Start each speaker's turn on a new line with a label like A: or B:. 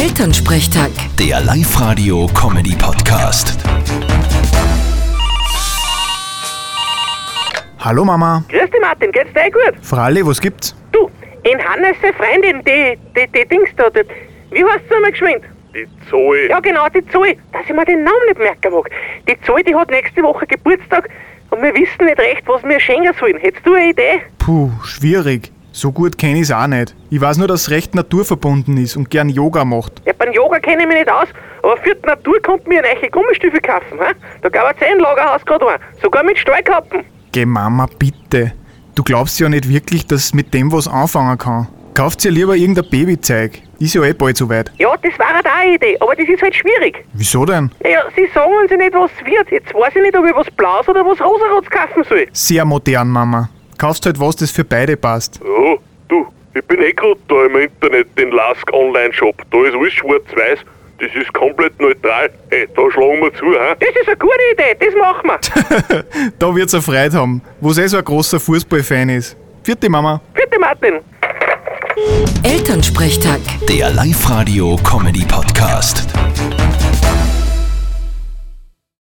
A: Elternsprechtag.
B: Der Live-Radio-Comedy-Podcast.
C: Hallo Mama.
D: Grüß dich Martin, geht's dir eh gut?
C: Fralli, was gibt's?
D: Du, in Hannes seine Freundin, die, die, die Dings da, die, wie heißt sie nochmal geschwind?
E: Die Zoe.
D: Ja genau, die Zoe, dass ich mir den Namen nicht merken mag. Die Zoe, die hat nächste Woche Geburtstag und wir wissen nicht recht, was wir schenken sollen. Hättest du eine Idee?
C: Puh, schwierig. So gut kenn ich's auch nicht. Ich weiß nur, dass recht naturverbunden ist und gern Yoga macht.
D: Ja, beim Yoga kenne ich mich nicht aus, aber für die Natur konnte mir eine neue Gummistiefel kaufen. He? Da gab es ein Lagerhaus gerade ein, sogar mit Stallkappen.
C: Geh Mama, bitte. Du glaubst ja nicht wirklich, dass es mit dem was anfangen kann. Kauft ihr lieber irgendein Babyzeug. Ist ja eh bald soweit.
D: Ja, das war halt auch eine Idee, aber das ist halt schwierig.
C: Wieso denn?
D: Naja, sie sagen uns ja nicht, was es wird. Jetzt weiß ich nicht, ob ich was Blaues oder was Rosarotes kaufen soll.
C: Sehr modern, Mama. Kaufst halt was, das für beide passt.
E: Ja, Oh, du, ich bin eh gerade da im Internet, den Lask Online Shop. Da ist alles schwarz-weiß. Das ist komplett neutral. Ey, da schlagen wir zu, hä?
D: Das ist eine gute Idee, das machen wir.
C: Da wird's er Freude haben, wo's eh so ein großer Fußballfan ist. Vierte Mama.
D: Bitte, Martin.
A: Elternsprechtag.
B: Der Live-Radio-Comedy-Podcast.